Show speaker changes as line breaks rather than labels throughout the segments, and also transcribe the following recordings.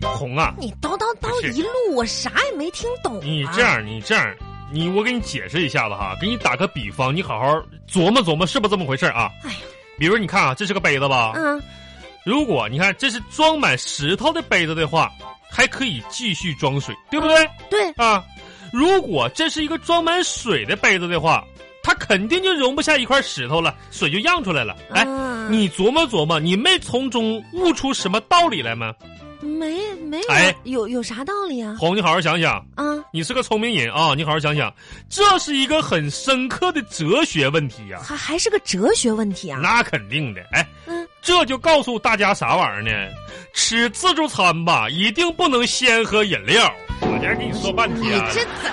懂啊！
你叨叨
不
叨
是
一路，我啥也没听懂、啊。
你这样，你这样，你我给你解释一下子哈，给你打个比方，你好好琢磨琢磨是不是这么回事儿啊？
哎呀
比如你看啊，这是个杯子吧？
嗯，
如果你看这是装满石头的杯子的话，还可以继续装水，对不对？
对，
啊，如果这是一个装满水的杯子的话，它肯定就容不下一块石头了，水就漾出来了。哎，
嗯
你琢磨琢磨，你没从中悟出什么道理来吗？
没没有、
哎
有有啥道理啊？
红，你好好想想，
啊，
你是个聪明人啊，你好好想想，这是一个很深刻的哲学问题呀、
还还是个哲学问题啊？
那肯定的，哎，
嗯
这就告诉大家啥玩意儿呢？吃自助餐吧，一定不能先喝饮料。我这跟你说半
你
天，啊
这怎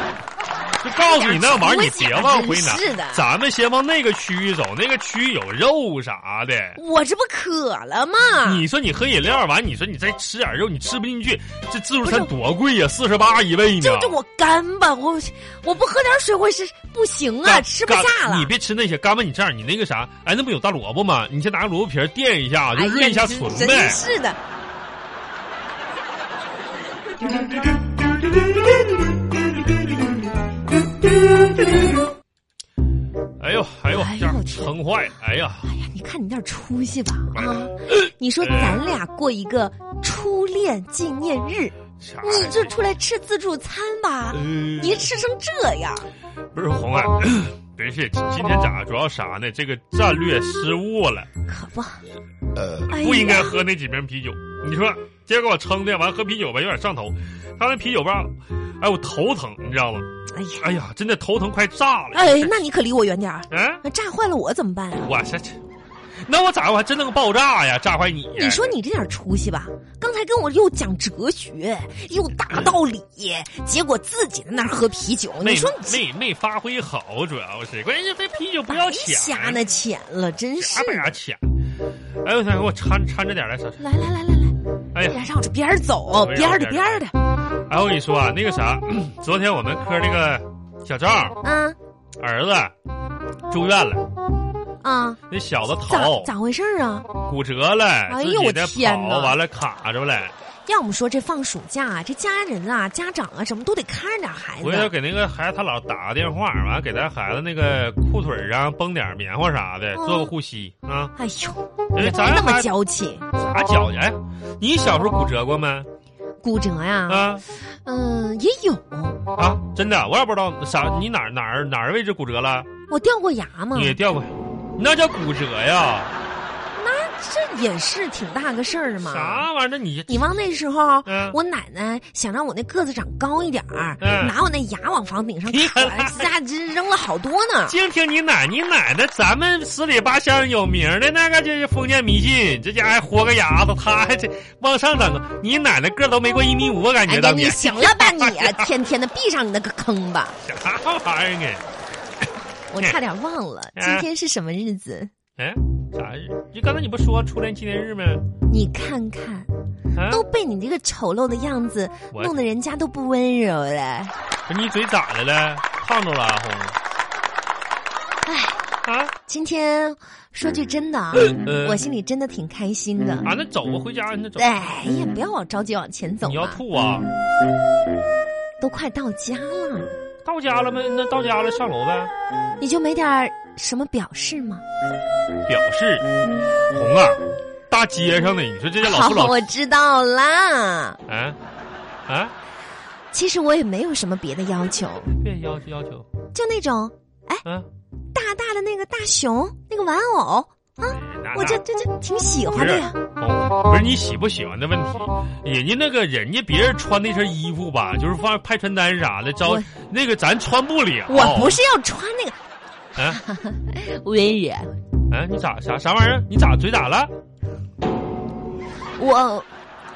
就告诉你那玩意儿，你
这
别
家
往回
真是的
拿。咱们先往那个区域走，那个区域有肉啥的。
我这不渴了吗？
你说你喝饮料完，你说你再吃点肉，你吃不进去，这自助餐
不
多贵呀、4四十八一位呢。
就就我干吧，我我不喝点水我是不行啊，
干
吃不下
干
了
你。别吃那些，干巴你这样，你那个啥，哎，那不有大萝卜吗？你先拿个萝卜皮儿垫一下，就
哎呀
润一下
你
唇
真
呗。
真是的，
哎呦哎呦
哎，呦
这样
我天
撑坏了，哎呀。
哎呀，你看你点出息吧
哎 嗯
啊！你说咱俩过一个初恋纪念日，
啥呀？
你就出来吃自助餐吧
呃，，
你吃成这样，
不是红啊，不是今天咋主要啥呢？这个战略失误了，
可不，哎呀
不应该喝那几瓶啤酒。你说，今儿给我撑的，完喝啤酒吧，有点上头。刚才啤酒吧，哎，我头疼，你知道吗？
哎呀，
哎呀，真的头疼快炸了。
哎，那你可离我远点儿，
嗯，
那炸坏了我怎么办啊？
我这这，那我咋我还真能爆炸呀？炸坏你？
你说你这点出息吧，刚才跟我又讲哲学，又大道理，结果自己在那儿喝啤酒。
没
你说你
没没发挥好，主要是关键是这啤酒不要
白
钱，
瞎那钱了，真是
啥不
的。
啥钱？哎，我想给我掺掺着点来，掺
来来来来来，
哎呀，
让我这边儿走，
没有
边儿的
边
边
儿
儿
的
的。
哎，我跟你说啊，那个啥， 昨天我们科那个小赵
啊
儿子住院了，
啊，
那小子
咋
头
咋回事儿啊？
骨折了，
哎
自
呦
己
我
的
天
跑
哪
完了卡着了，
要么说这放暑假啊，这家人啊、家长啊，什么都得看着点孩
回头
子。啊
给那个孩子他姥打个电话，完了给咱孩子那个裤腿儿上绷点儿棉花啥的，
嗯
做个护膝啊。
哎呦，
哎
也，
咱
别那么
还
娇气，
咋矫情？哎，你小时候骨折过没？
骨折呀，
啊
嗯，也有，
啊，真的，我也不知道啥，你哪儿哪儿哪儿位置骨折了？
我掉过牙嘛
你，也掉过，那叫骨折呀？
这也是挺大个事儿嘛。
啥玩意儿？那你
你忘那时候，
嗯
我奶奶想让我那个子长高一点儿，
嗯
拿我那牙往房顶 上
你
砍
可拉，
下真扔了好多呢。
净听你奶，你奶奶，咱们十里八乡有名的那个就是封建迷信，这家还豁个牙子，他还这往上长个，你奶奶个儿都没过一米五，我感觉
哎呀，
当
你
年
行了 吧你，天天的闭上你那个坑吧！
啥玩意儿啊？
我差点忘了，
嗯
今天是什么日子？
哎，啥日？就刚才你不说初恋纪念日吗？
你看看，
啊，
都被你这个丑陋的样子
我
弄得人家都不温柔了。
不是你嘴咋的了？烫着了，红？哎，啊
今天说
嗯
句真的啊，
呃
我心里真的挺开心的。
啊，那走吧，回家那走。
嗯哎呀，不要老着急往前走
你要
嘛，
吐啊？
都快到家了，
到家了吗？那到家了，上楼呗。
你就没点儿什么表示吗？
表示，红啊，大街上的，你说这些老
好
夫老妻
我知道啦。
啊啊，
其实我也没有什么别的要求，
别要求要求，
就那种
啊，
大大的那个大熊那个玩偶，
那
我这
那
这这挺喜欢的呀。
哦不是你喜不喜欢的问题，人家那个人家别人穿那身衣服吧，就是放派传单啥的，招
我
那个咱穿不了。
我不是要穿那个
哦啊
威人，
啊，你咋啥啥玩意儿？你咋嘴咋了？
我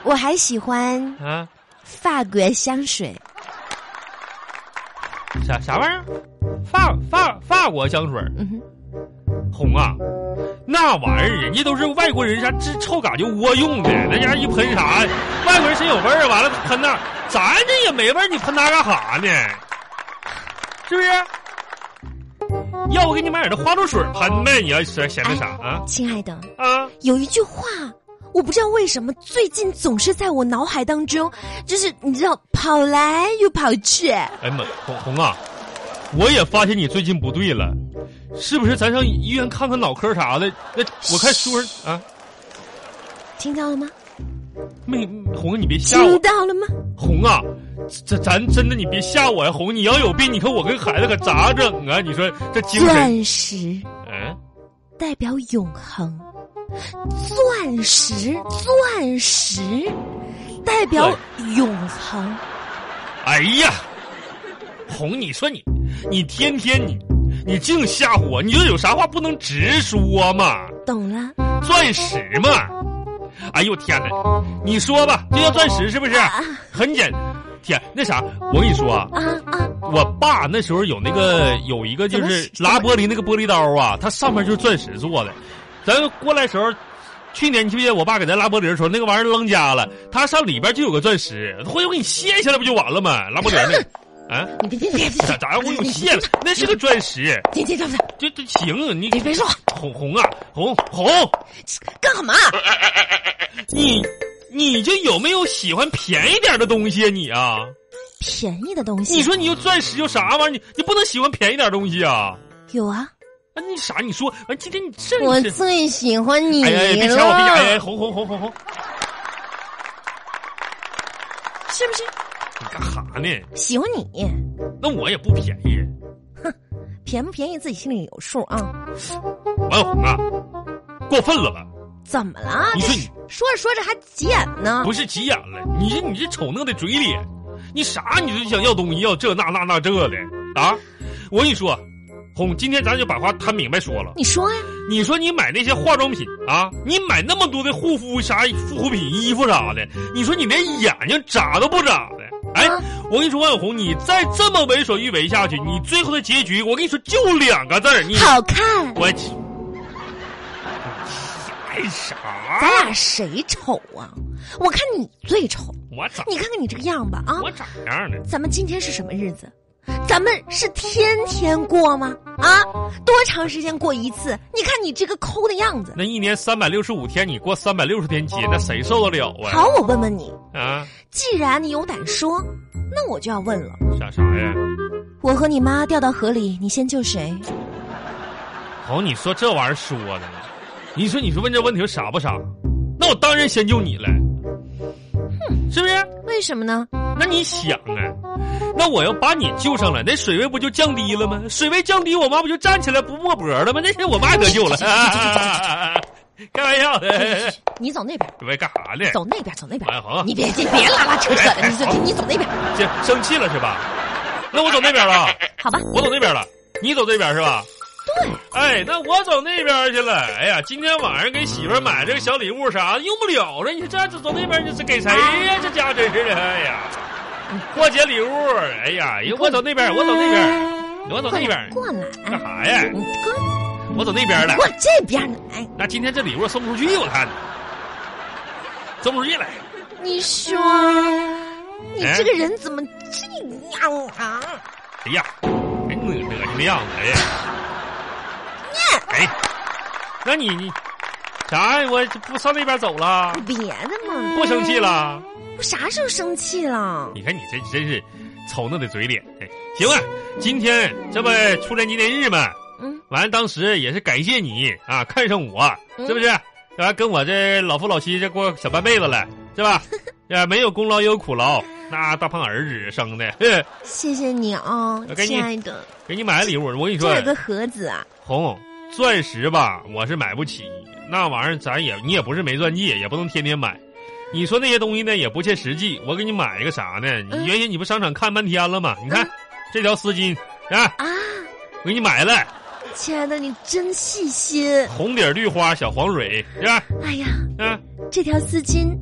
我还喜欢
啊，
法国香水，
啥啥玩意儿？法法法国香水儿
嗯哼，
红啊，那玩意儿人家都是外国人啥这臭嘎就窝用的，那家一喷啥，外国人身有味儿，完了喷那儿，咱这也没味儿，你喷它干啥呢？是不是？要不给你买点那花露水喷呗？你要说闲的啥啊
亲爱的，
啊？
有一句话我不知道为什么最近总是在我脑海当中，就是你知道跑来又跑去。
哎妈，红红啊，我也发现你最近不对了，是不是？咱上医院看看脑科啥的。那我看书上啊，
听到了吗？
没红啊，你别吓
听
我。
到了吗？
红啊，咱咱真的你别吓我呀、红，你要有病，你看我跟孩子可咋整啊？你说这精神，
钻石
嗯，
代表永恒，钻石，钻石代表永恒。
哎呀，红，你说你，你天天你，你净吓唬我，你这有啥话不能直说嘛？
懂了，
钻石嘛。哎呦天哪！你说吧，这叫钻石是不是？很简，天那啥，我跟你说啊，
啊啊！
我爸那时候有那个有一个就是
哦怎么
拉玻璃那个玻璃刀啊，它上面就是钻石做的。咱过来时候，去年你记不记得我爸给咱拉玻璃的时候，那个玩意儿扔家了，它上里边就有个钻石，回头给你卸下来不就完了吗？拉玻璃那 个，啊，
你别别别
咋咋我给你卸了？那是个钻石，
别别别别
这这行，你
别别说，
红红啊，红红。
干嘛？
你你这有没有喜欢便宜点的东西啊？你啊，
便宜的东西，
你说你又钻石又啥玩意儿？你你不能喜欢便宜点东西啊？
有啊？
啊，你啥？你说完今天你真
我
是，
最喜欢你
哎呀，哎呀别掐我，别掐，哎
了，
呀，红红红红红，
是不是？
你干哈呢？
喜欢你，
那我也不便宜。
便不便宜自己心里有数啊？
王小红啊，过分了吧？
怎么了？
你
这
说你
说着说着还急眼呢？
不是急眼了，你这你这丑那的嘴脸，你啥你就想要东西要这那那那这的啊？我跟你说，红，今天咱就把话谈明白说了。
你说呀、
你说你买那些化妆品啊，你买那么多的护肤啥护肤品、衣服啥的，你说你连眼睛眨都不眨的，哎，
啊
我跟你说，万小红，你再这么为所欲为下去，你最后的结局，我跟你说就两个字儿，你
好看。
我去，干啥？
咱俩谁丑啊？我看你最丑，
我咋
你看看你这个样吧啊！
我咋样呢？
咱们今天是什么日子？咱们是天天过吗？啊，多长时间过一次？你看你这个抠的样子。
那一年三百六十五天，你过三百六十天节，那谁受得了啊？
好，我问问你，
啊，
既然你有胆说，那我就要问了。
想啥呀？
我和你妈掉到河里，你先 救谁？
好，哦你说这玩意儿说的呢，你说你说问这问题傻不傻？那我当然先救你了，是不是？
为什么呢？
那你想啊，那我要把你救上来，那水位不就降低了吗？水位降低，我妈不就站起来不没脖了吗？那天我妈得救了， 开玩笑的，
你走那边，
喂，干啥呢？
哎 走那边，走那边。
哎好哎
你别你别拉拉扯扯的，你
好
走你走那边，
这生气了是吧？那我走那边了，
好吧？
我走那边了，你走这边是吧？
对，
哎，那我走那边去了。哎呀，今天晚上给媳妇儿买这个小礼物啥的，用不了了。你这这走那边，你这给谁呀？这家真是的，哎呀，过节礼物，哎呀，哎我走那边，我走那边，我走那边
哎
啊
过来，
干啥呀？
你过
我走那边了
过。这边来。
那今天这礼物送不出去，我看送不出去了。
你说，你这个人怎么这样啊？
哎呀，哎哪哪去那样子？哎呀，哎，那你你啥呀？我这不上那边走了
你，别的嘛，
不生气了。
我啥时候生气了？
你看你这真是瞅那的嘴脸。哎，行啊，今天这不初恋纪念日嘛，
嗯，
完当时也是感谢你啊，看上我
嗯
是不是？啊，跟我这老夫老妻这过小半辈子了，是 吧？啊，没有功劳也有苦劳，那大胖儿子生的，呵
谢谢你啊
我，给你
亲爱的，
给你买的礼物，我跟你说
这，有个盒子啊，
红钻石吧，我是买不起，那玩意儿咱也你也不是没钻戒，也不能天天买。你说那些东西呢也不切实际，我给你买一个啥呢？你
嗯
原先你不商场看半天了吗？你看、这条丝巾啊，
啊，
我给你买了，
亲爱的，你真细心。
红底儿绿花小黄蕊是吧？
哎呀，
嗯、
这条丝巾，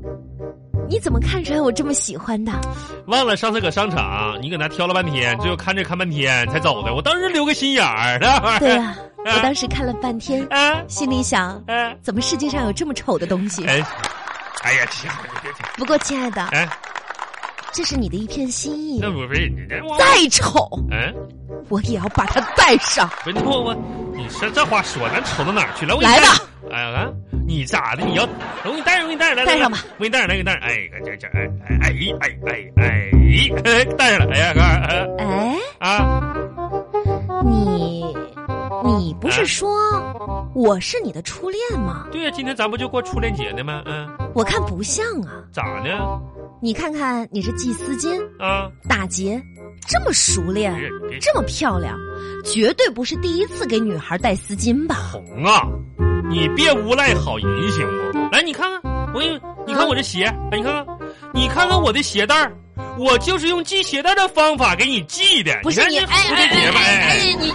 你怎么看出来我这么喜欢的？
忘了上次搁商场你搁那挑了半天，最后看这看半天才走的，我当时留个心眼儿那玩意儿
对啊，
啊
我当时看了半天，
啊
心里想，
啊
怎么世界上有这么丑的东西？
哎，哎呀，行，别别，
不过，亲爱的，
哎，
这是你的一片心意
那。不是你这我，
再丑，
嗯。
我也要把它戴上。
不是我我，你说这话说咱瞅到哪儿去了？我
来吧，
哎呀，啊你咋的？你要我给你带上，我给你带上来，来
带上吧，
来我给你带上来，给你带上。哎，这这哎哎哎哎哎哎，带上了。哎呀，哥儿
哎，
哎啊，
你你不
啊
是说我是你的初恋吗？
对呀，今天咱不就过初恋节呢吗？嗯、
我看不像啊，
咋呢？
你看看你这系丝巾、
啊，
打结，这么熟练，
别别
这么漂亮，绝对不是第一次给女孩戴丝巾吧？
红啊，你别诬赖好人行不？来，你看看，我给你，你看我这鞋，来，你看看，你看看我的鞋带儿我就是用系鞋带的方法给你系的。
不是
看
你，
这
哎
蝴
哎
蝶结
哎
吧
哎
哎
哎，你你